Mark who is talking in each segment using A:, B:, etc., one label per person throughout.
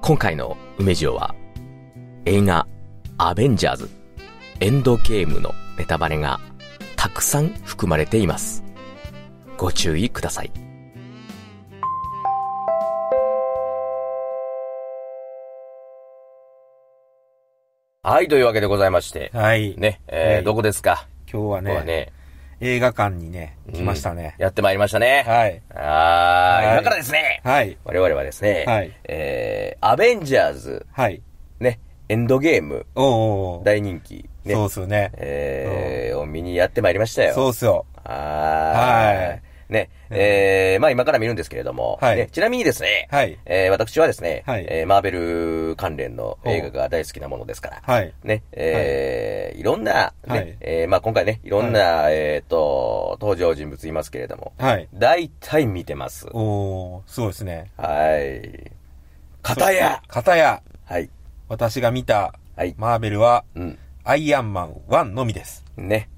A: 今回の梅塩は、映画、アベンジャーズ、エンドゲームのネタバレがたくさん含まれています。ご注意ください。はい、というわけでございまして。
B: はい。
A: ね、えー、えー、どこですか
B: 今日はね、はね映画館にね、来ましたね、
A: うん、やってまいりましたね。
B: はい。
A: あー、はい、今からですね。
B: はい。
A: 我々はですね、
B: はい。
A: えー、アベンジャーズ。
B: はい。
A: ね、エンドゲーム。
B: お
A: お大人気。
B: ね、そうっすよね。
A: えー、を見にやってまいりましたよ。
B: そうっすよ。
A: あー。はい。ね、ええー、まあ今から見るんですけれども、
B: はい、
A: ね、ちなみにですね、
B: はい、
A: えー、私はですね、
B: はい、
A: えー、マーベル関連の映画が大好きなものですから、
B: はい、
A: ね、えー、はい、いろんな、ね、
B: はい、
A: えー、まあ今回ね、いろんな、はい、えっ、ー、と、登場人物いますけれども、
B: はい、
A: 大体見てます。
B: おおそうですね。
A: はい。片や
B: 片や
A: はい。
B: 私が見た、
A: はい、
B: マーベルは、
A: うん、
B: アイアンマン1のみです。
A: ね。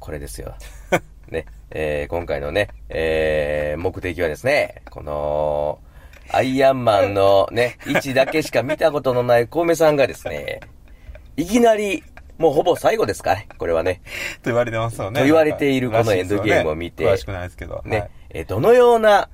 A: これ ですよ。ね、えー、今回のね、えー、目的はですね、この、アイアンマンの ね、位置だけしか見たことのないコウメさんがですね、いきなり、もうほぼ最後ですかね、これはね。
B: と言われてますよね。
A: と言われているこのエンドゲームを見て、
B: ね、詳しくないですけど。
A: ね、はい、えー、どのような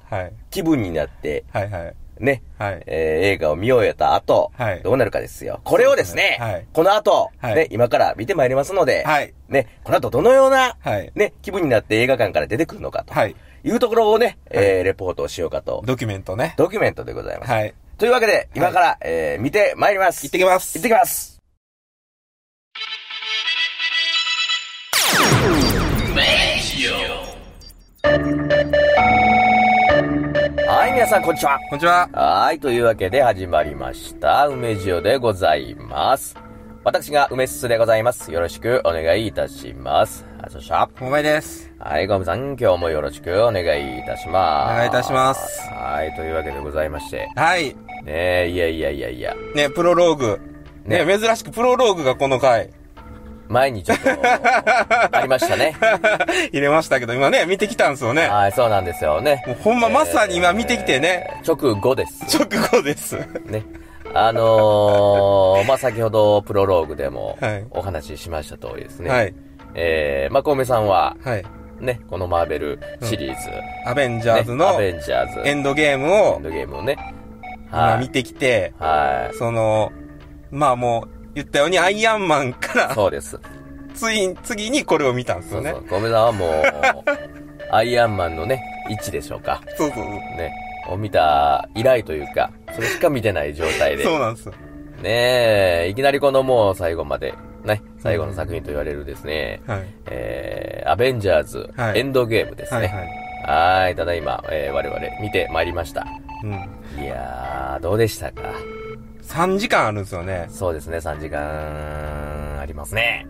A: 気分になって、
B: はい、はい、はい。
A: ね、
B: はい、
A: えー、映画を見終えた後、
B: はい、
A: どうなるかですよ。これをですね、
B: すねはい、
A: この後、はい、ね、今から見てまいりますので、
B: はい、
A: ね、この後どのような、
B: はい、
A: ね、気分になって映画館から出てくるのかと、
B: はい、
A: いうところをね、えー、レポートをしようかと。
B: ドキュメントね。
A: ドキュメントでございます。
B: はい、
A: というわけで、今から、はい、えー、見てまいります。
B: 行ってきます。
A: 行ってきます。はい、皆さん、こんにちは。
B: こんにちは。
A: はい、というわけで始まりました。梅塩でございます。私が梅すすでございます。よろしくお願いいたします。あ、そした。
B: お前です。。
A: はい、ゴムさん、今日もよろしくお願いいたします
B: お願いいたします。
A: はい、というわけでございまして。
B: はい。
A: ねえ、いやいやいやいや。
B: ねプロローグ。ねね珍しくプロローグがこの回。
A: 前にちょっと、 ありました ね。
B: 入れましたけど、今ね、見てきたんですよね。
A: はい、そうなんですよね。
B: もうほんままさに今見てきてね。
A: えー、直後です。
B: 直後です。
A: ね。あのー、まあ、先ほどプロローグでもお話ししました通りですね。
B: はい。
A: えー、まあ、小梅さんは、
B: はい。
A: ね、このマーベルシリーズ、
B: うん、アベンジャーズの、
A: ね、アベンジャーズ。
B: エンドゲーム
A: エ
B: を、
A: ンドゲームをね、
B: はい。見てきて、。
A: はい
B: その、まあもう、言ったようにアイアンマンから、
A: そうです。
B: つい、次にこれを見たんですよね。そう
A: そう。ごめんなさい、もう、アイアンマンのね、位置でしょうか。
B: そうそうそう。
A: ね。を見た以来というか、それしか見てない状態で。
B: そうなんですよ。
A: ねえ、いきなりこのもう最後まで、ね、最後の作品と言われるですね、
B: はい、
A: えー、アベンジャーズ、エンドゲームですね。
B: はい、
A: はいただいま、えー、我々見てまいりました。。
B: うん
A: いやー、どうでしたか
B: 3時間あるんですよね。
A: そうですね、3時間ありますね。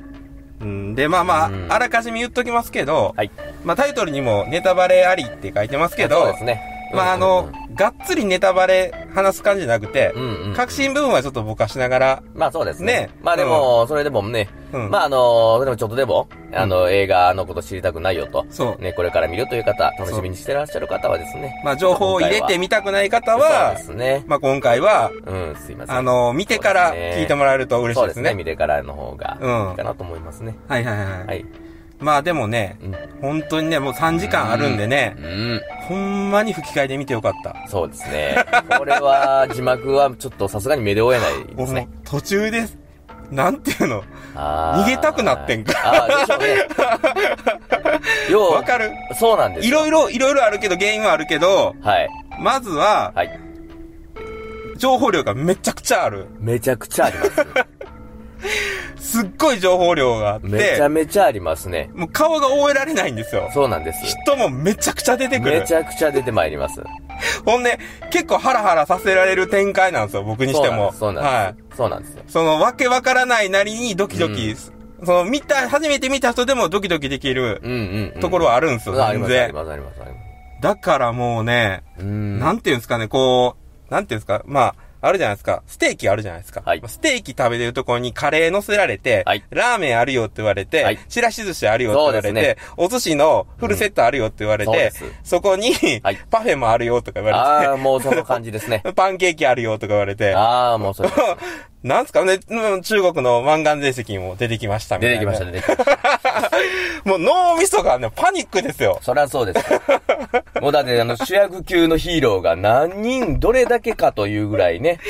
B: うん、で、まあまあ、うん、あらかじめ言っときますけど、
A: はい、
B: まあタイトルにもネタバレありって書いてますけど、
A: そうですね。
B: まああの、がっつりネタバレ話す感じじゃなくて、
A: うんうん、
B: 革新部分はちょっとぼかしながら。
A: まあそうですね。
B: ね
A: まあでも、うん、それでもね、うん、まああの、でもちょっとでも、あの、うん、映画のこと知りたくないよと、
B: そう。
A: ね、これから見るという方、楽しみにしてらっしゃる方はですね。
B: まあ情報を入れてみたくない方は、
A: そうですね。
B: まあ今回は、
A: うん、すいません。
B: あの、見てから聞いてもらえると嬉しいですね。そうですね、
A: 見てからの方がいいかなと思いますね。
B: はいはいはい。
A: はい
B: まあでもね、うん、本当にね、もう3時間あるんでね、
A: うんうん、
B: ほんまに吹き替えで見てよかった。
A: そうですね。これは、字幕はちょっとさすがに目で追えないですね。
B: 途中です。なんていうの逃げたくなってんか。
A: ああ、で しょうね。よう。
B: わかる
A: そうなんです
B: いろいろ、いろいろあるけど、原因はあるけど、
A: はい。
B: まずは、
A: はい。
B: 情報量がめちゃくちゃある。
A: めちゃくちゃあり ます。
B: すっごい情報量があって。
A: めちゃめちゃありますね。
B: もう顔が覆えられないんですよ。
A: そうなんです。
B: 人もめちゃくちゃ出てくる。
A: めちゃくちゃ出てまいります。
B: ほんで、結構ハラハラさせられる展開なんですよ、僕にしても。
A: そうなんです。そうなんです。はい、
B: その、わけわからないなりにドキドキ、うん、その、見た、初めて見た人でもドキドキできる、
A: うんうん、
B: ところはあるんですよ、
A: 全然。あります、あります、あります。
B: だからもうね、
A: うん
B: なんていうんですかね、こう、なんていうんですか、まあ、あるじゃないですか。ステーキあるじゃないですか。
A: はい
B: ステーキ食べてるところにカレー乗せられて、
A: はい
B: ラーメンあるよって言われて、
A: はい
B: ちらし寿司あるよって言われ
A: そ
B: て、
A: うですね
B: お寿司のフルセットあるよって言われ
A: うんそうで
B: て、
A: す
B: そこに、
A: はい
B: パフェもあるよとか言われ
A: ああ、もうその感じ ですね。
B: て、パンケーキあるよとか言われて、
A: ああ、もうそれ。
B: なんすかね、うん中国のマンガン税石も出てきましたみたい
A: 出
B: な。
A: てきましたね。出てきました
B: もう脳みそがね、パニックですよ。
A: そりゃそうですよ。もうだって、あの、主役級のヒーローが何人、どれだけかというぐらいね。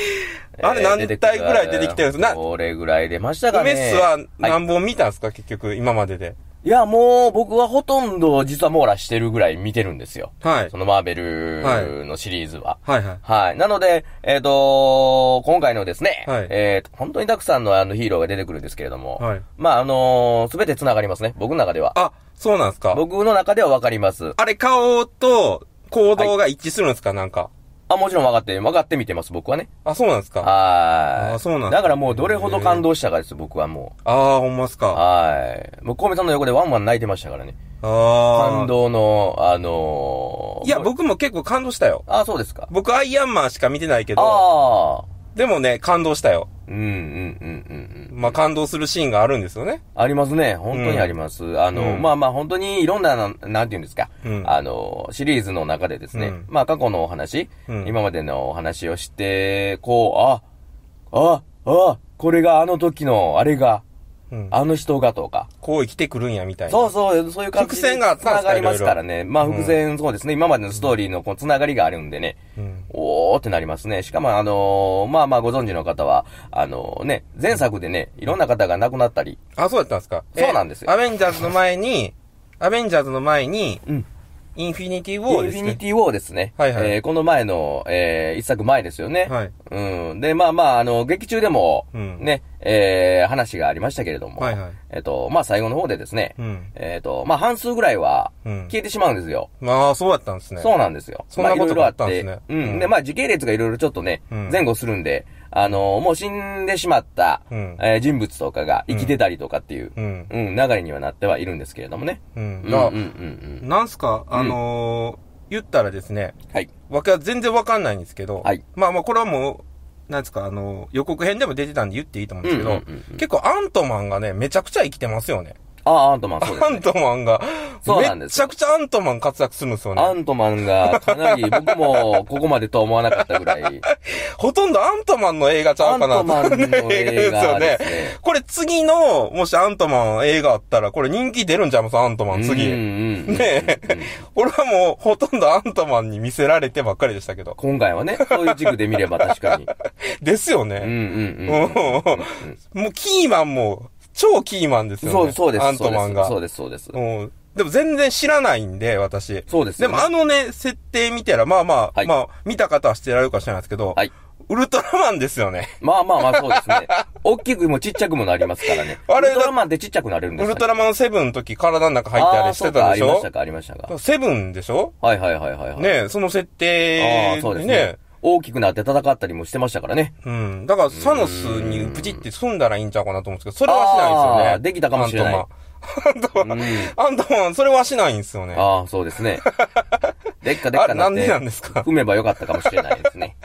B: あれ
A: えー
B: 何
A: 出てくる
B: 体ぐらい出てきてるんですな
A: これぐらい出ましたかね。、
B: 梅スはい何本見たんですか、結局、今までで。
A: いや、もう僕はほとんど実は網羅してるぐらい見てるんですよ。
B: はい
A: そ。のマーベルのシリーズは。
B: はいはい。
A: はい。なので、えっ、と今回のですね、
B: はい
A: えっ、と、本当にたくさんのあのヒーローが出てくるんですけれども、
B: はい
A: まあ、あのすべて繋がりますね。僕の中では。
B: あ、そうなんですか
A: 僕の中ではわかります。
B: あれ、顔と行動が一致するんですか、なんか。
A: あ、もちろん分かって、分かって見てます、僕はね。
B: あ、そうなんですか
A: はーい。
B: あそうなんですね
A: だからもうどれほど感動したかです、僕はも
B: ああ、ほんまっす
A: う。
B: か。
A: はーい。もう、コウメさんの横でワンワン泣いてましたからね。
B: ああ。
A: 感。動の、あのー、
B: いや、。僕も結構感動したよ。
A: あ、そうですか。
B: 僕、アイアンマンしか見てないけど、
A: ああ。
B: でもね、感動したよ。
A: うん、うん、うん、うんうん。
B: まあ、感動するシーンがあるんですよね。
A: ありますね。本当にあります。あの、
B: うん
A: まあまあ本当にいろんな、ななんていうんですか、
B: うん
A: あの、シリーズの中でですね、
B: うん
A: まあ過去のお話、
B: うん
A: 今までのお話をして、こう、あ、あ、あ、これがあの時の、あれが、
B: うん。
A: あの人がとか、
B: こう生きてくるんや、みたいな。
A: そうそう、そういう感じ
B: 伏線があったんですか
A: つながりますからね。まあ伏線、そうですね、今までのストーリーのこうつながりがあるんでね、
B: うん。
A: おーってなりますね。しかもあのまあまあご存知の方は、あのね、前作でね、いろんな方が亡くなったり、
B: あ、そうだったんですか
A: そうなんですよ
B: えアベンジャーズの前に、アベンジャーズの前に、
A: うん
B: インフィニティウ
A: イ
B: ォー
A: ン
B: で
A: フ
B: す
A: ィ
B: ね
A: ニ。ティ・ウォーですね。
B: はいはい
A: えーこの前の、えー一作前ですよね。
B: はい
A: うん。で、まあまあ、あの、劇中でも、
B: うん
A: ね、えー話がありましたけれども、
B: はいはい
A: えっ、と、まあ最後の方でですね、
B: うん。
A: えっ、と、まあ半数ぐらいは
B: うん
A: 消えてしまうんですよ。
B: まあ、そうだったんですね。
A: そうなんですよ。
B: そんなこ
A: ま
B: と
A: いろいろ
B: があったんですね
A: あってうん。
B: うん
A: で、まあ時系列がいろいろちょっとね、
B: うん
A: 前後するんで、あのもう死んでしまった、
B: うん
A: えー人物とかが生きてたりとかっていう、
B: うん。
A: うん、流れにはなってはいるんですけれどもね。
B: うん。
A: うん、
B: な
A: うん、うん、うん。
B: なんすか、あのー、言ったらですね、
A: はい。
B: わけは全然わかんないんですけど、
A: はい
B: まあまあこれはもう、なんですか、あの、予告編でも出てたんで言っていいと思うんですけど、
A: うんうんうんうん
B: 結構アントマンがね、めちゃくちゃ生きてますよね。
A: ああ、アントマン、そうです
B: ア
A: ね
B: ン。トマンが、
A: そうなんで
B: め
A: す
B: ちゃくちゃアントマン活躍するんですよ
A: ア
B: ね。
A: ントマンがかなり僕もここまでとは思わなかったぐら い。
B: ほとんどアントマンの映画ちゃうかな
A: アントマンの映画ですね
B: これ次の、もしアントマン映画あったら、これ人気出るんちゃいますアントマン 次。
A: うんうんうん
B: ねえ。俺はもう、ほとんどアントマンに見せられてばっかりでしたけど。
A: 今回はね、そういう軸で見れば確 かに。
B: ですよ
A: うん
B: ね。
A: うんうん。
B: もうもうキーマンも、超キーマンですよね。
A: そうそうです。
B: アントマンが。
A: そうです、そうです。そうです
B: うんでも全然知らないんで、私。
A: そうです
B: で
A: よね
B: もあのね、設定見たら、まあまあ、
A: はい
B: まあ、見た方は知ってられるか知らないですけど、
A: はい。
B: ウルトラマンですよね。
A: まあまあまあ、そうですね。 大きくもちっちゃくもなりますからね。
B: あれ
A: ウルトラマンってちっちゃくなれるん
B: ウ
A: ですか
B: ルトラマンセブンの時体の中入ってあれしてたでし
A: あーそう
B: ょ
A: かありましたか、ありまし
B: セブンでしょ
A: たか。はいはいはいはいはい。
B: ねえその設
A: あ
B: 定
A: あ、そうですね
B: ね。
A: 大きくなって戦ったりもしてましたからね。
B: うん。だから、サノスにプチって済んだらいいんちゃうかなと思うんですけど、それはしないんですよ
A: あ
B: ね。
A: ーできたかもしれない
B: アントマン。アントマン、アントマンそれはしないんですよね。あ
A: ああ、そうです ね。でっかでっか
B: れ、
A: な
B: な
A: っ
B: ん
A: て
B: でなんですか
A: 踏めばよかったかもしれないですね。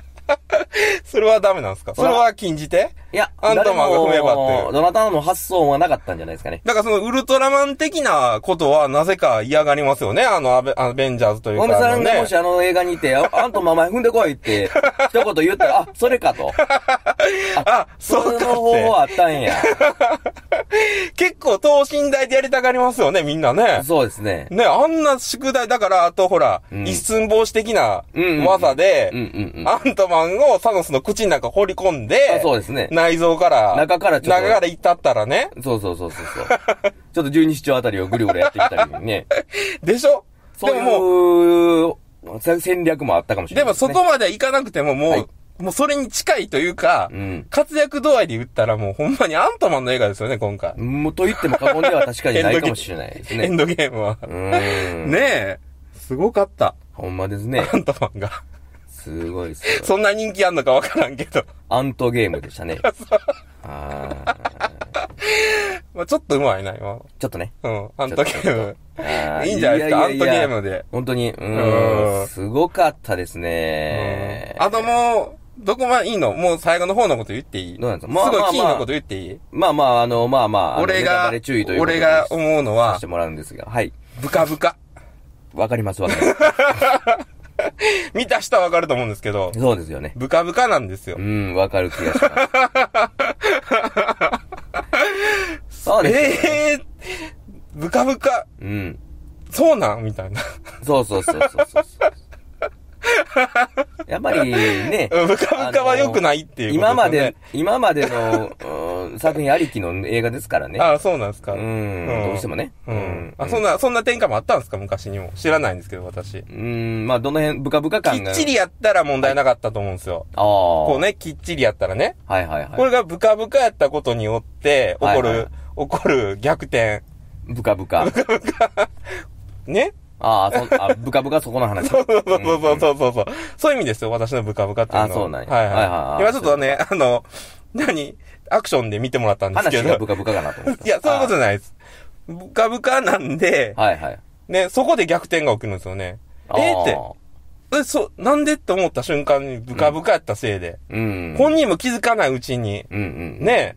B: それはダメなんですかそれは禁じ手
A: いや、
B: アントマンが踏めばって
A: 誰もどなたの発想はなかったんじゃないですかね。
B: だからそのウルトラマン的なことはなぜか嫌がりますよね。あのアベアベンジャーズというか。
A: おめさ
B: あの
A: んが
B: ね
A: もしあの映画にいて、ああんとまま踏んでこい って、一言言ったら、あ、それかと。
B: あ、
A: そ
B: そう
A: の
B: かっ
A: 方法
B: て。
A: あったんや。
B: 結構等身大でやりたがりますよね、みんなね。
A: そうですね。
B: ね、あんな宿題、だから、あとほら、
A: うん
B: 一寸法師的な
A: うんうんうん
B: 技で
A: うん、うんうん。あ、
B: アントマンをサノスの口の中放り込んで、
A: そうですね。
B: 内臓から、
A: 中からちょっと
B: 中から行ったったらね。
A: そうそうそうそうそう。ちょっと十二指腸あたりをぐるぐるやってきたりね。
B: でしょ
A: そう
B: でもも
A: い
B: う、
A: う戦略もあったかもしれ
B: で
A: ない
B: も
A: す
B: そ
A: ね。
B: こまではいかなくてももう、
A: はい
B: もうそれに近いというか、
A: うん
B: 活躍度合いで言ったらもうほんまにアントマンの映画ですよね、今回。
A: もうと言っても過言では確かにないかもしれないです
B: エ
A: ね。
B: ンドゲームは。
A: うーん。
B: ねえ。すごかった。
A: ほんまですね。
B: アントマンが。
A: すごいっすよ。
B: そんな人気あんのかわからんけど。
A: アントゲームでした ね。あー
B: まあちょっと上手いな、今。
A: ちょっとね。
B: うん。アントゲーム。
A: あー
B: いいんじゃないですか、
A: やや
B: アント
A: や
B: ゲームで。
A: 本当に、うー
B: うん
A: ん、すごかったです
B: うん
A: ね。
B: あともう、どこまでいいのもう最後の方のこと言っていい
A: どうなんです
B: す
A: かまあまあ
B: ごいキー
A: まあ
B: のこと言っていい、
A: まあまあ、あの、まあまあ、あの
B: 俺
A: ネタバ
B: が
A: レ注意という、ことで
B: 俺が思うの
A: さ
B: は
A: せて、もらうんですが、はい。
B: ブカブカ。
A: わかります、わかり ます。
B: 見た人はわかると思うんですけど、
A: そうですよね。
B: ブカブカなんですよ
A: う。ん、わかる気がします。そうですよね、
B: えー、ブカブカ、
A: うん。
B: そうなんみたいな。
A: そうそうそうそうそうそう。やっぱりね、
B: うんブカブカは良くないっていうこと
A: 今ま
B: すよ
A: で
B: ね。、
A: 今までの、うん作品ありきの映画ですからね。
B: ああ、そうなんですか。
A: うんどうしてもね
B: うん。
A: うん
B: あ、そんな、そんな展開もあったんですか昔にも。知らないんですけど、私。き
A: うん、まあ、どの辺、ブカブカ感が。
B: っちりやったら問題なかったと思うんですよ。
A: ああ。こ
B: こう。ね、きっちりやったらね。
A: はいはいはい。
B: これがブカブカやったことによって、起こ
A: はいはい
B: る、起こる逆転。
A: ブカブカ。
B: ね
A: ああ、そ、あ、ブカブカそこの話。
B: そうそうそうそうそうそう。そういう意味ですよ、私のブカブカっていうのは。
A: あそうなんや
B: はい
A: はいはいは
B: はいい。今ちょっとね、あの、何アクションで見てもらったんですけ
A: 話
B: ど。
A: がブカブカかなと思って。
B: いや、そういうことじゃないです。ブカブカなんで、
A: ああはいはい。
B: ね、そこで逆転が起きるんですよね。
A: ああ
B: えーって、え、そ、なんでって思った瞬間にブカブカやったせいで、
A: うん。
B: 本人も気づかないうちに、
A: うんうん。。
B: ね、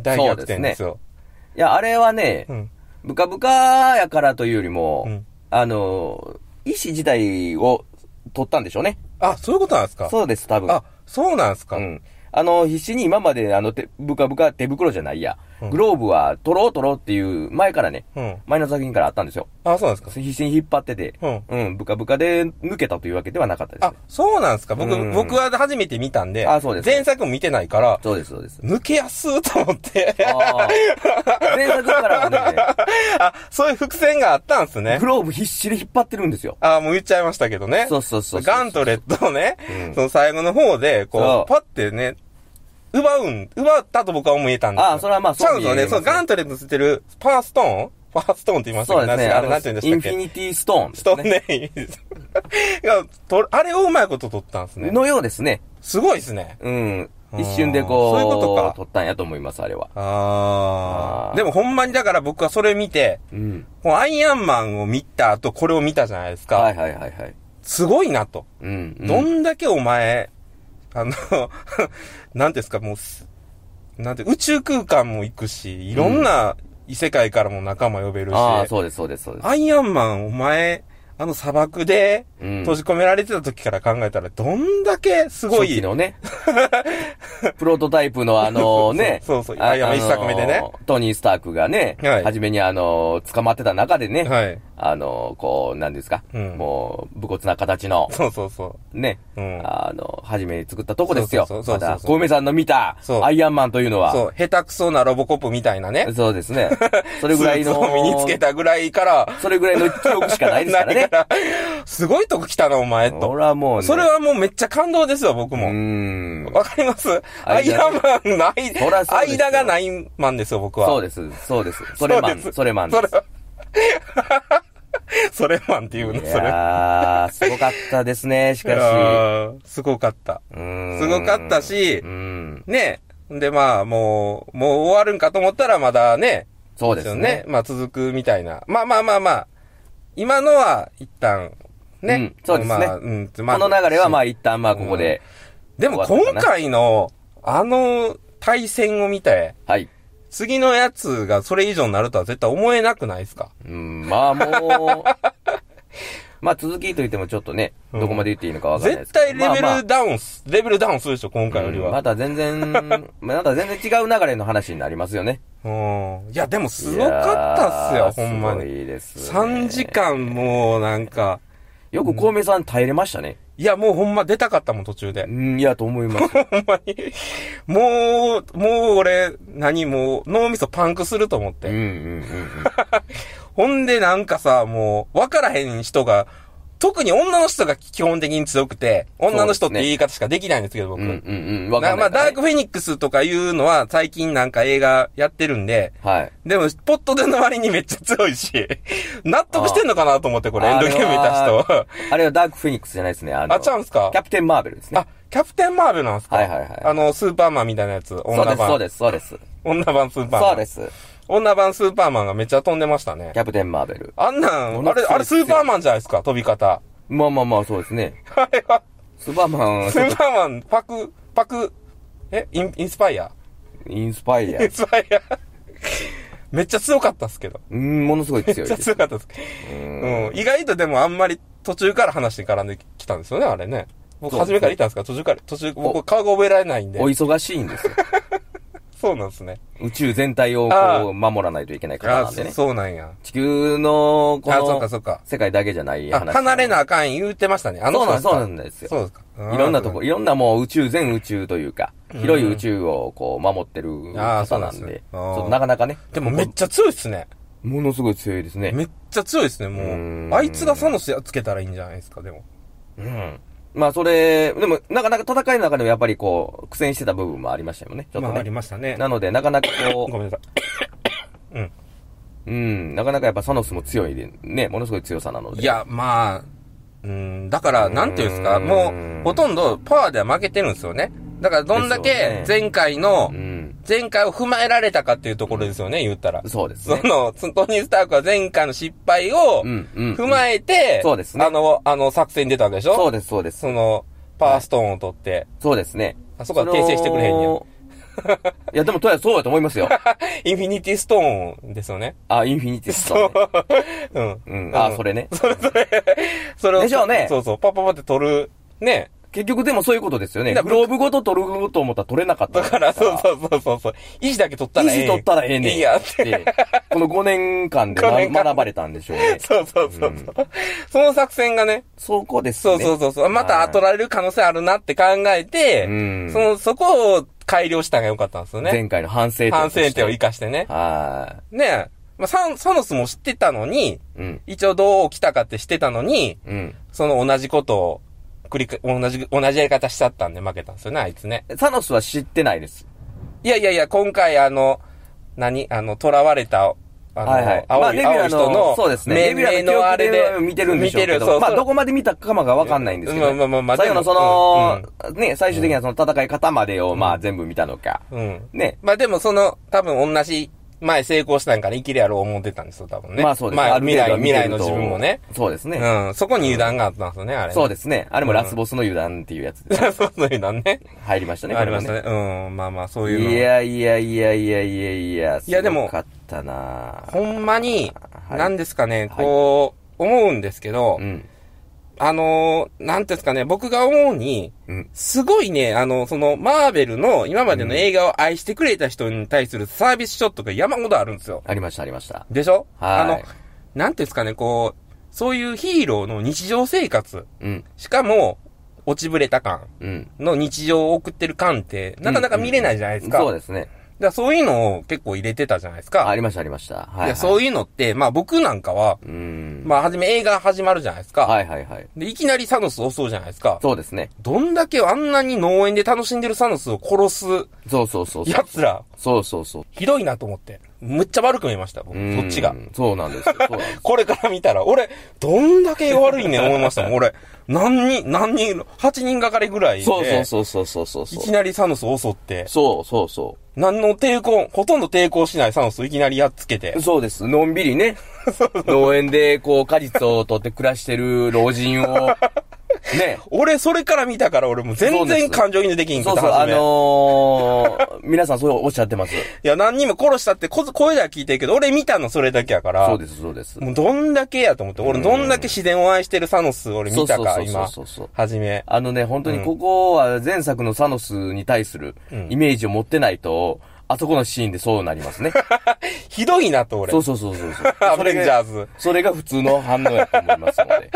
B: 大逆転ですよ。
A: いや、あれはね、
B: うん
A: ブカブカやからというよりも、
B: うん
A: あの、意思自体を取ったんでしょうね。
B: あ、そういうことなんですか
A: そうです、多分。
B: あ、そうなんですか、
A: うん。あの、必死に今まで、あの、てブカブカ手袋じゃないや。グローブは取ろう取ろうっていう前からね、
B: うん。
A: 前の作品からあったんですよ。
B: あ、そうなんですか
A: 必死に引っ張ってて、
B: うん
A: うん、ブカブカで抜けたというわけではなかったです
B: あ
A: ね。、
B: そうなんですか僕、
A: うん
B: 僕は初めて見たんで、
A: あそうです
B: 前作も見てないから、
A: そうです、そうです。
B: 抜けやすーと思って、
A: あー前作からもね、
B: あ、そういう伏線があったんです ね
A: グ。ローブ必死で引っ張ってるんですよ。
B: あ、もう言っちゃいましたけどね。
A: そうそうそうそう
B: ガントレットをね、
A: うん
B: その最後の方で、
A: そ
B: こ
A: う
B: う、パってね、奪うん、奪ったと僕は思えたんですよ
A: あそれはまあ
B: ちゃうんですよ
A: そう見え
B: ね。
A: ます
B: そのガントレットついてる、パワーストーンパワーストーンって言いました
A: そ
B: け
A: う
B: ど、
A: ですね。
B: 何あれ
A: の
B: なんて言うんで
A: イ
B: した
A: ン
B: っ
A: フ
B: け
A: ィニティストーンです
B: ストーン
A: ね。
B: ね、いいですいやとあれをうまいこと取ったんですね。
A: のようですね。
B: すごいですね。
A: うん。
B: うん
A: 一瞬でこう、
B: そういうことか
A: 取ったんやと思います、あれは。
B: あ
A: あー
B: あ。でもほんまにだから僕はそれ見て、
A: うん。
B: このアイアンマンを見た後、これを見たじゃないですか。
A: はいはいはいはい。
B: すごいなと。
A: うん。うん
B: どんだけお前、あの、 なんていうんですか、もうす、なんて、宇宙空間も行くし、いろんな異世界からも仲間呼べるし、
A: ああ、そうです、そうです、そうです。
B: アイアンマン、お前、あの砂漠で
A: うん
B: 閉じ込められてた時から考えたら、どんだけすご
A: 初
B: い、
A: 期の ね。プロトタイプのあのね。
B: そうそうそう
A: あ
B: アイアンマン一作目でね
A: あのートニー・スタークがね、
B: はい
A: 初めにあのー、捕まってた中でね、
B: はい。
A: あのー、こう、なんですか、
B: うん
A: もう、武骨な形の、
B: そうそうそう。
A: ね、
B: うん
A: あの、初めに作ったとこですよ。
B: そうそうそうそう
A: まだ、小梅さんの見た
B: そ、う
A: アイアンマンというのは、
B: そう、下手くそなロボコップみたいなね。
A: そうですね。それぐらい
B: ス
A: の
B: ーツ、を身につけたぐらいから、
A: それぐらいの記憶しかないです から
B: ない
A: ね。
B: からすごいとこ来たな、お前、と。
A: 俺はもうね、
B: それはもうめっちゃ感動ですよ、僕
A: う
B: も。
A: ーん。
B: わかります
A: 間
B: アイアンマンない
A: そら、そうですよ
B: 間がないマンですよ、僕は。
A: そう
B: で
A: です、そうです。それマ
B: そう
A: ン
B: で、す
A: それマンです。
B: す。 それマンって言うの、
A: い
B: それ。
A: やー、すごかったです ね、し
B: い
A: か
B: やーすごかった。
A: し。うーん
B: すごかったし
A: う、ん。
B: ね。で、まあ、もう、もう終わるんかと思ったら、まだね。
A: そうですね。
B: まあ、続くみたいな。まあまあまあまあ、今のは、一旦、ね。
A: うんそうですね
B: まあ、うん、まあ
A: この流れはまあ一旦まあここで、
B: でも今回の、あの、対戦を見て、
A: はい。
B: 次のやつがそれ以上になるとは絶対思えなくないですか
A: うん、まあもう、 まあ続きといってもちょっとね、どこまで言っていいのかわかんないで
B: 絶
A: すけど。
B: 対レベ
A: まあまあ
B: ルダウンす、レベルダウンするでしょ、今回より
A: うんま
B: は。
A: た全 然、また全然違う流れの話になりますよね。
B: うん。いや、でもすごかったっす
A: い
B: よ、
A: やー
B: ほんますに。
A: ごいですね。
B: 3時。間もうなんか、
A: よく孔明さん耐えれましたね。
B: いや、もうほんま出たかったもん、途中で
A: う。ん、いや、と思います。
B: ほんまに。もう、もう俺、何もう、脳みそパンクすると
A: う
B: 思っ
A: ん、う
B: て。
A: ん、うんうん。
B: ほんでなんかさ、もう、わからへん人が、特に女の人が基本的に強くて、女の人って言い方しかできないんですけど、僕。
A: うん、うん、うん。わかんな
B: まあ、
A: いから
B: ダー
A: ね。
B: クフェニックスとかいうのは最近なんか映画やってるんで、
A: はい。
B: でも、ポットでの割にめっちゃ強いし、 納得してんのかなと思って、これ、エンドゲーム見た人は。
A: あれはダークフェニックスじゃないですね。あの
B: あちゃうんすか
A: キャプテン・マーベルですね
B: あ。、キャプテンマーベルなんですか
A: はいはいはい
B: あの、スーパーマンみたいなやつ、
A: そう
B: 女
A: です、
B: 版。
A: そうです、そうです。
B: 女版スーパーマン。
A: そうです。
B: 女版スーパーマンがめっちゃ飛んでましたね
A: キ。ャプテン・マーベル。
B: あんなん、
A: もの
B: あ
A: す
B: れ、
A: ごい
B: あれスーパーマンじゃないですか、飛び方。
A: まあまあまあ、そうですね。
B: あれは、
A: スーパーマン
B: ス、ーパーマン、パク、パク、えインインスパイア
A: インスパイア
B: イン。スパイア。めっちゃ強かったっすけど。
A: うん、ものすごい
B: めっ
A: 強い
B: ちゃ
A: です。
B: 強かったっすけど。うん。意外とでもあんまり途中から話に絡んできたんですよね、あれね。僕
A: そうです
B: 初
A: ね
B: めからいたんですか途中から、途中、
A: お
B: 僕顔が覚えられないんで
A: お。忙しいんですよ。
B: そうなんですね。
A: 宇宙全体を
B: あ
A: こ
B: ー
A: う守らないといけない方
B: あ
A: な
B: あ、
A: んで
B: そ
A: ね。
B: そうなんや。
A: 地球のこ
B: あそうか
A: の
B: そうか
A: 世界だけじゃない
B: あ、
A: 話。
B: 離れなあかん言うてましたね。あの
A: そうなん
B: 人
A: そう
B: だ
A: な
B: った
A: んです
B: そ
A: よ。
B: うですか。
A: いろんなとこ、
B: あ
A: いろんなもう宇宙全宇宙というか、
B: うん
A: 広い宇宙をこう守ってる
B: あーそ
A: 方
B: うな
A: なんん
B: ですね
A: で、ち
B: あー
A: ょっとなかなかね。
B: ー。でもめっちゃ強いっすね。
A: ものすごい強いですね。
B: めっちゃ強いっすね、
A: う
B: も
A: ん
B: う。あいつがサノスやっつけたらいいんじゃないですか、でも。
A: うん。まあそれ、でもなかなか戦いの中でもやっぱりこう、苦戦してた部分もありましたよね。ちょっ
B: ま
A: と
B: あ、あり
A: ね。
B: ましたね。
A: なので、なかなかこ
B: ごめんなさい。うん。
A: う、うん、なかなかやっぱサノスも強いで、ね、ものすごい強さなので。
B: いや、まあ、うん、だから、なんていうんですか、
A: うん
B: もう、ほとんどパワーでは負けてるんですよね。だから、どんだ
A: ですよ
B: け
A: ね
B: 前回の、
A: うん。
B: 前回を踏まえられたかっていうところですよね、言ったら。
A: そうです
B: そ
A: ね。
B: の、そのトニー・スタークは前回の失敗を
A: うん、うん。
B: 踏まえて、
A: そうですね
B: あの、あの作戦に出たわけでしょ
A: そうです、そうです。
B: その、パワーストーンを取って、
A: そうですね。
B: あそこは訂正してくれへんやん。
A: その いや、でも、とりあえずそうだと思いますよ。
B: インフィニティストーンですよね。
A: あ、インフィニティストーンね。
B: うん。
A: うん。あ、そ
B: れ。
A: れね。
B: それを。
A: でしょうね
B: そうそう、パッパッパって取る。ね。
A: 結局でもそういうことですよね。
B: だか
A: グ
B: ら
A: ローブごと取ると思ったら取れなかった。
B: だから、そうそうそうそうそう。維持だけ取ったらええ。
A: 維持取ったらええねん。
B: いいやっ。
A: ってて。この5年間で
B: 5年間
A: ま学ばれたんでしょうね。
B: そうそうそうそう。その作戦がね、
A: そこです
B: そ
A: ね。
B: うそうそうそう。また
A: はい
B: 取られる可能性あるなって考えて、
A: うん
B: その、そこを改良したのが良かったんですよね。
A: 前回の反省点と
B: 反
A: して。
B: 省点を生かしてね。
A: は
B: ねまあ、サンサノスも知ってたのに、
A: い。うん。
B: 一応どう来たかってしてたのに、
A: うん。
B: その同じことを、繰りか、同じ、同じやり方しちゃったんで負けたんですよね、あいつね。
A: サノスは知ってないです。
B: いやいやいや、今回あの、何あの、囚われた、あの、
A: はいはい。
B: 青い、
A: まあ、レビュ
B: 青い
A: ラ
B: 人の、
A: そうですね。
B: 命
A: レビュラ
B: 名のあれ
A: 記憶
B: で、
A: 見てるんでしょうけ
B: 見
A: ど、
B: てるそうそう
A: まあ、どこまで見たかまがわかんないんですけど、ね
B: まあまあまあまあ
A: 最後の
B: で
A: そ
B: も
A: の、
B: う
A: ね、最終的にはその戦い方までを、まあ、全部見たのか。
B: うん。
A: ね。
B: まあでもその、多分同じ、前成功したんから生きるやろう思ってたんですよ、多分ね。
A: まあそうですね。
B: まあ
A: る
B: 未
A: 程度は
B: 来、
A: 見
B: 未
A: てる
B: 来の
A: と
B: 自分もね。。
A: そうですね。
B: うん。そこに油断があったんですよね、あれ。
A: そう
B: で。
A: ですね。あれもラスボスの油断っていうやつです
B: そういうのね。
A: 入りましたね。
B: ありまし
A: こ
B: たね。うん。まあまあ、そう
A: れも
B: いうの。
A: ね。いやいやいやいやいやいや、
B: いやでも
A: すごかったな
B: ほんまに、
A: はい
B: なんですかね、
A: はい
B: こう、思うんですけど
A: う、ん。
B: あのー、なんていうんですかね、僕が思うに、
A: うん。
B: すごいね、あの、その、マーベルの今までの映画を愛してくれた人に対するサービスショットが山ほどあるんですよ。
A: ありました、ありました。
B: でしょ
A: はい
B: あの、なんていうんですかね、こう、そういうヒーローの日常生活、
A: うん。
B: しかも、落ちぶれた感
A: うん。
B: の日常を送ってる感って、なかなか見れないじゃないですか。
A: そう
B: だか
A: ですね。
B: らそういうのを結構入れてたじゃないですか。
A: ありました、ありました。はいい。
B: や、そうういうのって、まあ僕なんかは、
A: いう。うん。
B: まあはじめ映画始まるじゃないですか。
A: はいはいはい。
B: で、いきなりサノスを襲うじゃないですか。
A: そうですね。
B: どんだけあんなに農園で楽しんでるサノスを殺す
A: そうそうそうそう。
B: 奴ら、
A: そうそうそう。
B: ひどいなと思って。むっちゃ悪く見えました、僕。
A: うん
B: そっちが。。
A: そうなんですよ。そうなんです
B: これから見たら、俺、どんだけ悪いねん思いましたもん、俺。何人、何人、8人がかりぐらいで。
A: そうそうそうそうそう
B: い
A: そう。
B: きなりサノスを襲って、
A: そうそうそ
B: 何の抵抗、ほとんど抵抗しないサノスをいきなりやっつけて
A: う。。そうです。のんびりね。農園で、こう、果実を取って暮らしてる老人 を、ね。
B: 俺、それから見たから、俺もう
A: そ
B: 全
A: うで
B: 然
A: す
B: 感情移入できんか
A: そう
B: った。
A: そう、あ
B: 初め
A: のー、皆さんそうおっしゃってます。
B: いや、何人も殺したってこ声では聞いてるけど、俺見たのそれだけやから。
A: そうです、そうです。
B: もうどんだけやと思って、俺どんだけ自然を愛してるサノス俺見たか、
A: そうそうそう
B: 今
A: そうそう。
B: はじめ。
A: あのね、本当にここは前作のサノスに対する
B: うん
A: イメージを持ってないと、あそこのシーンでそうなります ね。
B: ひどいなと、俺
A: そ。うそうそうそうそう。
B: アベンジャーズ。
A: それが普通の反応やと思いますので。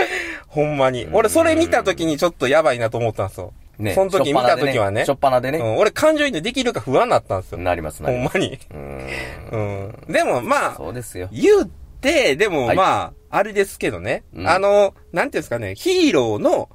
B: ほんまに。俺、それ見た時にちょっとやばいなと思ったんですよ。
A: ね。
B: その時見た時はね。
A: しょっぱなで
B: う
A: ね。
B: ん俺、感情移入できるか不安だったんですよ。
A: なります、な
B: ほ
A: りま。
B: んますに。
A: うーん。
B: うん。でも、まあ、
A: そうですよ。
B: 言って、でも、
A: はい
B: まあ、あれですけどね。
A: うん
B: あの、なんていうんですかね、ヒーローの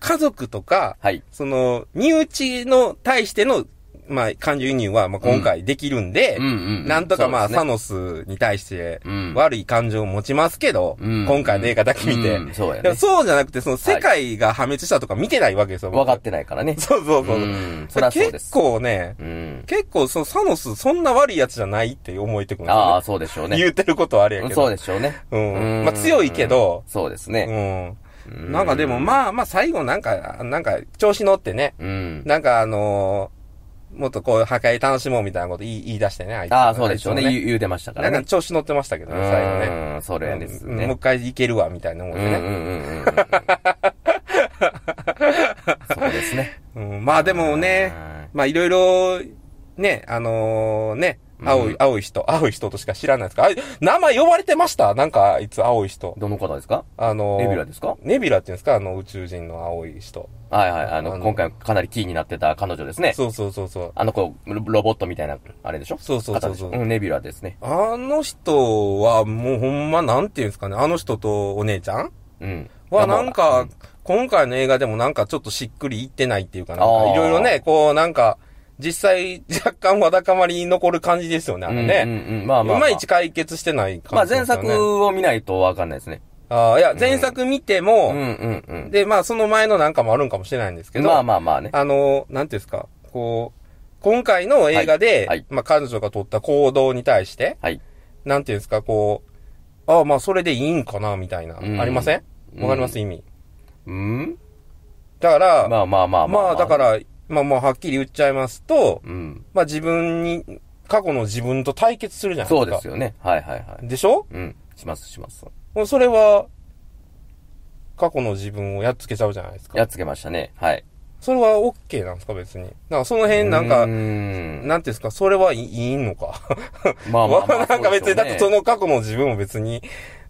B: 家族とか、
A: はい。
B: その、身内の対しての、まあ、感情移入は、まあ、今回できるんで、
A: うんうん。
B: なんとかまあ、
A: そう
B: サ
A: で
B: ノスに対して
A: うん
B: 悪い感情を持ちますけど、
A: うん
B: 今回の映画だけ見て。
A: うんそうやね
B: でもそうじゃなくて、その世界が破滅したとか見てないわけです
A: す
B: よ。
A: ね
B: 僕
A: 分かってないからね。
B: そうそうそう。
A: うんそりゃそうです
B: 結構ね、
A: うん。
B: 結構そのサノスそんな悪いやつじゃないって思えてくるんですよね
A: ああ、そうでしょうね。
B: 言うてることはあれやけど。
A: そうでしょうね。
B: うん
A: うん
B: まあ強いけど
A: そうですね。
B: う
A: う
B: ん。
A: ん
B: なんかでもまあまあ最後なんか、なんか調子乗ってね、
A: うん。
B: なんかあのーもっとこう破壊楽しもうみたいなこと言い言い出してね、あいつ
A: ああ、そうでしょうね。
B: あいつも
A: 言う言うてましたから
B: なんか
A: ね。
B: 調子乗ってましたけどね、最後ね。
A: うん、それです
B: うんもう
A: ね
B: 一。回いけるわ、みたいな思っ
A: う
B: て
A: んうんうん
B: ね。
A: うん。そこですね。
B: うんまあでもね、
A: はい
B: まあいろいろ、ね、あのーね、
A: うん
B: 青い、青い人、青い人としか知らないですかあ名前呼ばれてましたなんか、あいつ青い人。
A: どの方ですか
B: あのー
A: ネビュラですか
B: ネビュラっていうんですかあの宇宙人の青い人。
A: はいはい。あの、
B: あの
A: 今回かなりキーになってた彼女ですね。
B: そうそうそうそう。
A: あの子、ロロボットみたいな、あれでしょ
B: そうそうそうそ
A: 方
B: う
A: でしょんネビュラですね。
B: あの人はもうほんまなんていうんですかね、あの人とお姉ちゃん
A: うん。
B: はなん
A: う
B: か
A: ん、
B: 今回の映画でもなんかちょっとしっくりいってないっていうかなん
A: あ
B: か、
A: ー
B: いろいろね、こうなんか、実際若干わだかまりに残る感じですよね、あれね。
A: うんうんうんまあまあ。
B: いまいち解決してない
A: まあ
B: 感じ、で
A: 前
B: すよね。
A: 作を見ないとわかんないですね。
B: ああ、いや、前作見て
A: うん
B: も、
A: うんうん。
B: で、まあその前のなんかもあるんかもしれないんですけど、
A: まあまあまあね。
B: あの、なんていうんですか、こう、今回の映画で、
A: はいはい
B: まあ彼女が取った行動に対して、
A: はい。
B: なんていうんですか、こう、ああ、まあそれでいいんかな、みたいな、
A: うん
B: ありません
A: うん
B: わかります、意味。
A: うん
B: だから、
A: まあまあまあ
B: まあだか。ら、まあまあはっきり言っちゃいますと、
A: うん。
B: まあ自分に、過去の自分と対決するじゃないです
A: そ
B: か。
A: うですよね。はいはいはい。
B: でしょ
A: うん。しますします。
B: もうそれは、過去の自分をやっつけちゃうじゃないですか
A: や。っつけましたね。はい。
B: それは OK なんですか別に。なんかその辺なんか、
A: うーん
B: なんていうんですかそれはいいいいのか。
A: ま あまあまあ。
B: なんか別に、だってそ
A: の、
B: の過去の自分も別に、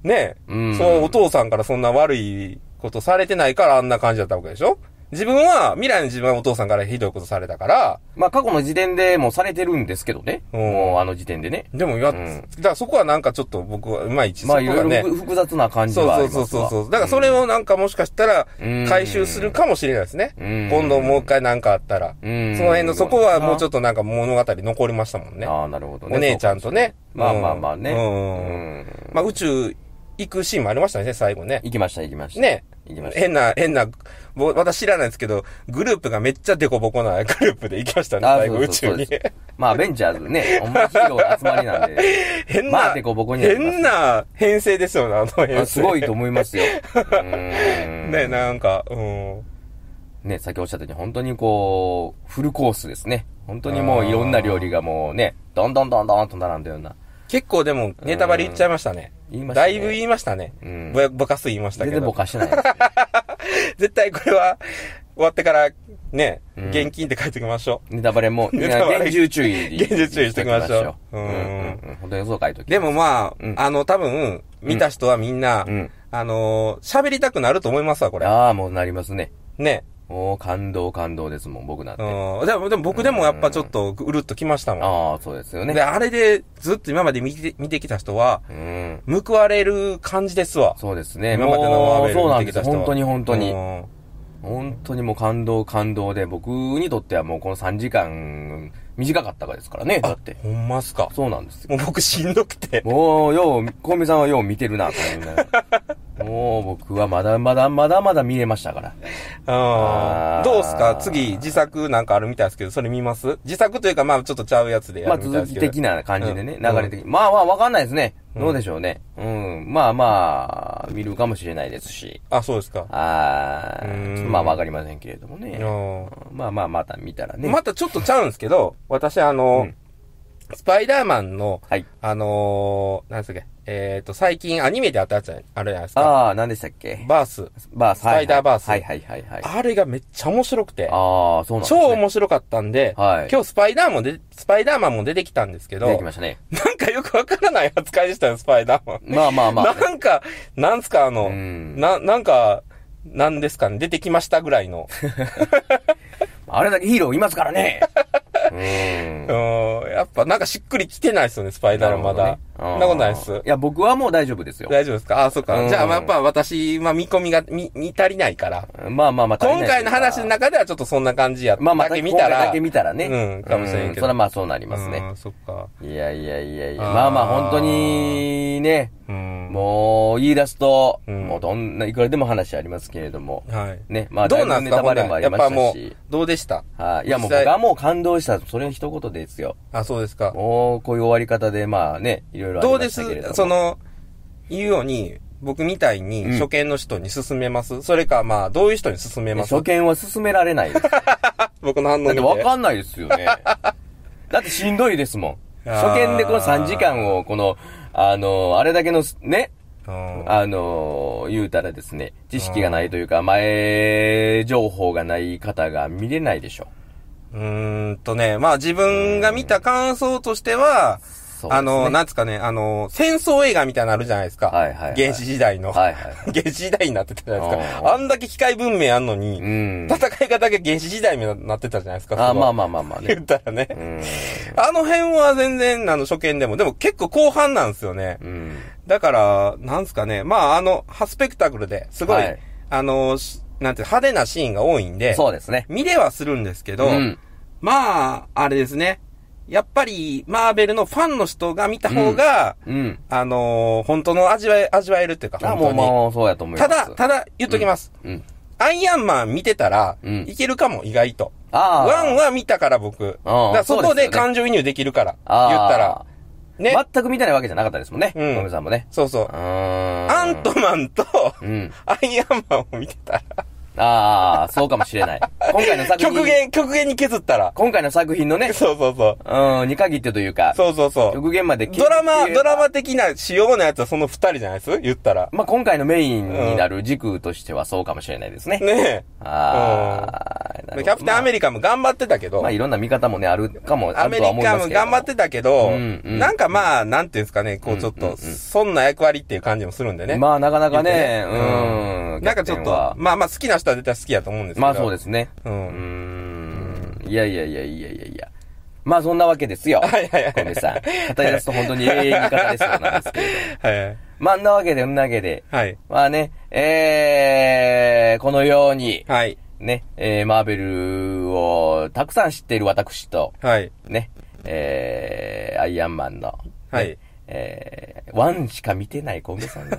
B: ね、
A: うん
B: そのお父さんからそんな悪いことされてないからあんな感じだったわけでしょ自分は、未来の自分はお父さんからひどいことされたから、
A: まあ過去の時点でもうされてるんですけどね。
B: うん
A: もうあの時点でね。
B: でもやっ、
A: うん
B: だからそこはなんかちょっと僕は、いまいちそこ
A: まあ
B: が
A: いろい
B: ね
A: ろ。複雑な感じ
B: そう
A: はあり
B: そう
A: ます
B: そうそうそう。だから
A: れ
B: それをなんかもしかしたら
A: うん、
B: 回収するかもしれないですね。
A: うん
B: 今度もう一回なんかあったら。
A: うん
B: その辺の、そこはもうちょ
A: っ
B: っとなんか物語残りましたもんね。
A: ああ、なるほどね。
B: お姉ちゃんとね。
A: まあ
B: うん
A: まあまあね。
B: うん
A: うん
B: まあ宇宙行くシーンもありましたね、最後ね。
A: 行きました、行きました。
B: ね。
A: 行きました。
B: 変な、変な、ぼ私知らないですけど、グループがめっちゃデコボコなグループで行きましたね、
A: あ
B: 最後
A: そう
B: 宇
A: そう
B: 宙
A: そう
B: に。
A: ですまあ、ベンチャーズね、ほんまヒーローの集まり なんで、
B: 変
A: まあ
B: な、
A: デコボコになります
B: 変な編成ですよね、あの編成。
A: あすごいと思いますよ。うーん
B: ね、なんか、うん。
A: ね、先ほどおっしゃったように、本当にこう、フルコースですね。本当にもういろんな料理がもうね、どんどんどんどんと並んだような。
B: 結構でも、ネタバレ言っちゃいましたね。
A: 言いました
B: だ
A: ね
B: いぶ言いましたね
A: うん。
B: ぼやぼかす言いました
A: 全
B: け
A: 然ぼ
B: ど。
A: かしてないですよ。
B: 絶対これは、終わってから、ね、
A: うん
B: 現金って書いておきましょう。
A: ネタバレ も、い
B: ネタバ
A: や
B: レ
A: 厳重注意。
B: 厳重注意していきましょう
A: う
B: うんん
A: うんうん。本当にそう書いとき。
B: でも、まあ、
A: うん
B: あの、多分、見た人はみんな、
A: うん。
B: あのー喋りたくなると思いますわ、これ。
A: ああ、もうなりますね。
B: ね。
A: もう感動感動ですもん、僕なん
B: う
A: て。
B: ん。でも、でも僕でもやっぱちょっと、うるっときましたも
A: ああ、そうですよ
B: ん。
A: ね。
B: で、あれで、ずっと今まで見て、見てきた人は、
A: うん。
B: 報われる感じですわ。
A: そうですね。
B: 今までの
A: も
B: マ
A: う
B: ーベル
A: そう
B: を
A: な
B: 見
A: ん
B: て
A: で
B: き
A: す
B: た
A: よ。
B: 人は。
A: 本当に本当に
B: う。ん
A: 本当にもう感動感動で、僕にとってはもうこの3時間短かったからですからね、だって。
B: ほんますか。
A: そうなんですよ。
B: もう僕しんどくて。
A: もう、よう、コウメさんはよう見てるな、と思いながら もう僕はまだまだまだまだ見れましたから。あ
B: あ
A: ー
B: あ。どうすか次、自作なんかあるみたいですけど、それ見ます自作というか、まあちょっとちゃうやつで
A: ま
B: や
A: あ
B: るみたい
A: 続き
B: ですけど。
A: 的な感じでね、
B: うん
A: 流れ的に。まあまあわかんないですね。
B: うん
A: どうでしょうね。うん。まあまあ、見るかもしれないですし。
B: あ、そうですか。
A: あ
B: うー
A: ー、
B: ん
A: ちょっとまあわかりませんけれどもね。
B: うん
A: まあまあまた見たらね。
B: またちょっとちゃうんですけど、私あの、
A: うん
B: スパイダーマンの、
A: はい。
B: あのー、なんですか、えっ、と、最近アニメであったやつあるじゃないですか。
A: ああ、何でしたっけ
B: バース。
A: バース。
B: スパイダーバース
A: はいはいはいはいはい。
B: あれがめっちゃ面白くて、
A: ああ、そうなんです
B: 超
A: ね。
B: 面白かったんで、
A: はい
B: 今日スパイダーマンで、スパイダーマンも出てきたんですけど、
A: 出てきましたね。
B: なんかよくわからない扱いでしたよ、スパイダーマン。
A: まあまあまあ。
B: なんか、なんすかあの、
A: うん
B: な、なんか、なんですかね、出てきましたぐらいの。
A: あれだけヒーローいますからね。うん
B: う。ん、やっぱなんかしっくりきて ないですよね、スパイダーマンまだ。そんなことないです。
A: いや、僕はもう大丈夫ですよ。
B: 大丈夫ですかあ、そ
A: う
B: う
A: ん
B: か。じゃあ、まあやっぱ私、まあ、見込みが、見、見足りないから。
A: まあまあまあ、
B: 今回の話の
A: な
B: 中ではちょっとそんな感じやった。
A: まあまあ、
B: だけ見た
A: 今
B: ら。
A: 回だけ見たらね。
B: うん、かもしれん
A: うそ
B: けど。
A: れはまあそうなります
B: う
A: ね。
B: ん、そっか。
A: いやいやいやいや。
B: あー
A: まあまあ、本当にね、
B: うん。
A: もう言い出すと、
B: うん
A: もうどんな、いくらでも話ありますけれども。
B: はい。
A: ね、まあ、
B: どうなん
A: だい
B: です
A: ぶ
B: か、
A: ネタバ
B: 本
A: レもあ
B: 来。
A: り
B: やっ
A: ま
B: ぱ
A: した
B: も
A: し
B: う。、どうでした
A: はい。いや、もう僕はもう感動した。それの一言ですよ。
B: あ、そうですか。
A: もう、こういう終わり方で、まあね、いろいろあり
B: どう
A: ま
B: で
A: したけれども。
B: すそ、の、言うように、僕みたいに
A: うん
B: 初見の人に勧めます、それか、まあ、どういう人に勧めます
A: 初見は勧められ ないです。だ
B: 僕の反応見
A: っててわかんないですよね。 だってしんどいですもん。
B: あー
A: 初見でこの3時間を、この、あの、あれだけのす、ね、
B: うん
A: あの、言うたらですね、知識がないというか、前情報がない方が見れないでしょ。
B: うーんとね、まあ自分が見た感想としては、
A: そうですね
B: あの、なんつうかね、あの、戦争映画みたいなのあるじゃないですか。
A: はいはいはい
B: 原始時代の。
A: はいはい
B: 原始時代になってたじゃないです
A: うん
B: か。あんだけ機械文明あんのに、
A: うん。
B: 戦い方だけ原始時代になってたじゃないですか。
A: あーまあ
B: ま
A: まあまあまあ
B: 言
A: ね。
B: ったらね。
A: うん。
B: あの辺は全然、あの、初見でも、でも結構後半なんですよね。
A: うん。
B: だから、なんすかね、まああの、ハスペクタクルですごい、
A: はい
B: あの、しなんていう派手なシーンが多いんで、
A: そうですね。
B: 見れはするんですけ
A: う
B: ど、
A: ん。
B: まあ、あれですね。やっぱり、マーベルのファンの人が見た方が、
A: うん。
B: あのー本当の味わえ、味わえるっていうか、
A: あ、もう
B: 本当に。
A: まあ、そうやと思いま
B: た
A: す。
B: だ、ただ、言っときます。
A: うん。
B: アイアンマン見てたら、
A: うん
B: いけるかも、意外と。
A: ああ。
B: ワンは見たから、僕。だからそ
A: そ
B: こ
A: うですよ
B: で
A: ね
B: 感情移入できるから、
A: あー、
B: 言ったら。ね。
A: 全く見たいわけじゃなかったですもんね。
B: うん
A: ごめんさんもね。
B: そうそう
A: う。ーん。
B: アントマンと、
A: うん。
B: アイアンマンを見てた
A: ああ、そうかもしれ ない。今回の
B: ら、
A: 作品。
B: 極限、極限に削ったら。
A: 今回の作品のね、
B: そうそうそう。
A: うん、に限ってというか、
B: そうそうそう。
A: 極限まで切
B: ドラマ、
A: 切れ
B: ド
A: ば
B: ラマ的な仕様なやつはその二人じゃないです言ったら。
A: まあ、今回のメインになる軸としてはそうかもしれないですね。
B: ね
A: ああ、
B: え。キャプテンアメ
A: リ
B: リカも頑張ってたけ
A: カ
B: ど、
A: まあ、いろんな見方もね、あるかも、あ
B: ア
A: る
B: メ
A: と
B: リ
A: は思いま
B: カ
A: すけ
B: も
A: れど
B: 頑張ってたけど
A: うん、うん
B: なんかまあ、なんていうんですかね、こうちょっ
A: うんうんう
B: と、
A: ん
B: そんな役割っていう感じもするんでね。
A: まあ、なかなかね、
B: 言
A: う
B: うてね
A: ん。
B: なんかちょ
A: キ
B: っ
A: ャプテンは
B: と、まあまあ好きな人は絶対好きやと思うんですけど。。
A: まあそうですすね。
B: う
A: うー
B: ん。
A: ん。いやいやいやいやいやいや。まあそんなわけですよ。
B: はいはいはい
A: 小梅さん。語り出すと本当に永遠に語れそうなん ですけれど。
B: はい。
A: まあんなわけで、んなわけで。
B: はい。
A: まあね、えー、このように、
B: はい。
A: ね、えー、マーベルをたくさん知っている私と、
B: はい。
A: ね、えー、アイアンマンの、
B: はい。
A: えー、ワンしか見てない小梅さんが、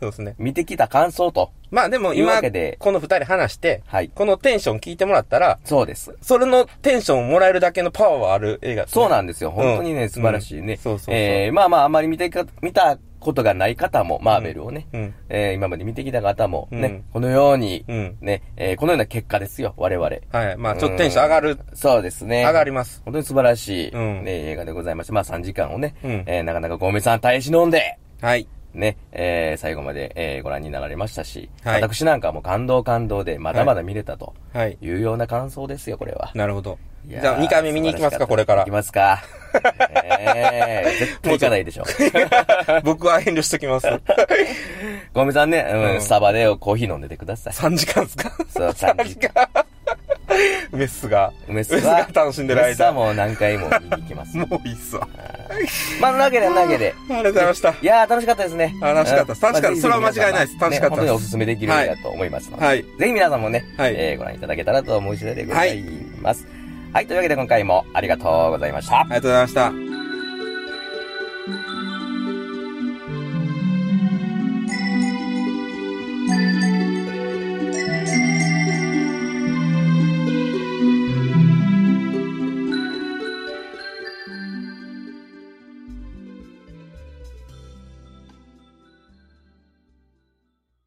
B: そうですね。
A: 見てきた感想と。
B: まあでも
A: というわ
B: 今、
A: けで
B: この二人話して
A: はい、
B: このテンション聞いてもらったら、
A: そうです。
B: それのテンションをもらえるだけのパワーはある映画ですね
A: そうなんですよ。本当にね、
B: うん
A: 素晴らしいね。
B: うんそうそうそう
A: えーまあまあ、あまり見てか、見たことがない方も、マーベルをね、
B: うん
A: えー今まで見てきた方もね、
B: うん
A: このように、
B: うん
A: ね、えーこのような結果ですよ、我々。
B: はい。まあちょっとテンション上がる
A: うんそうですね。
B: 上がります
A: 本当に素晴らしい、
B: うん
A: ね、映画でございまして、まあ3時間をね、
B: うん
A: えーなかなかごめさん耐え忍んで、
B: はい。
A: ね、えー最後まで、えーご覧になられましたし、
B: はい
A: 私なんかも感動感動で、まだまだ見れたと
B: はい。
A: いうような感想ですよ、これは。
B: なるほど。
A: い
B: じ
A: やー
B: ゃあ2回目見に行きますか、これか
A: 行
B: ら
A: き。ます か。ええ絶対行かないでしょ。
B: 僕は遠慮しときます。
A: ごめんさんね、うん
B: うん
A: スタバでコーヒー飲んでてください。
B: 3時間ですか
A: そう、3時間。
B: メスが。
A: 梅
B: メスが楽しんでる
A: 梅酢は
B: 間。も
A: もう何回も見に行きます。
B: ういいっすわ。あ
A: まあ、なわけでなわけで。
B: りがとうございました。
A: いやー、楽しかったですね。
B: あ楽しかったです
A: うん
B: 楽しか
A: まあ
B: った
A: ぜひ
B: それは間違いないです楽しかったです
A: ね本当におすすめできる映画と思いますので。
B: はい
A: ぜひ皆さんもね、
B: はい
A: えーご覧いただけたらと思う次第でございます。はい、というわけで今回もありがとうございました
B: あり。がとうございました。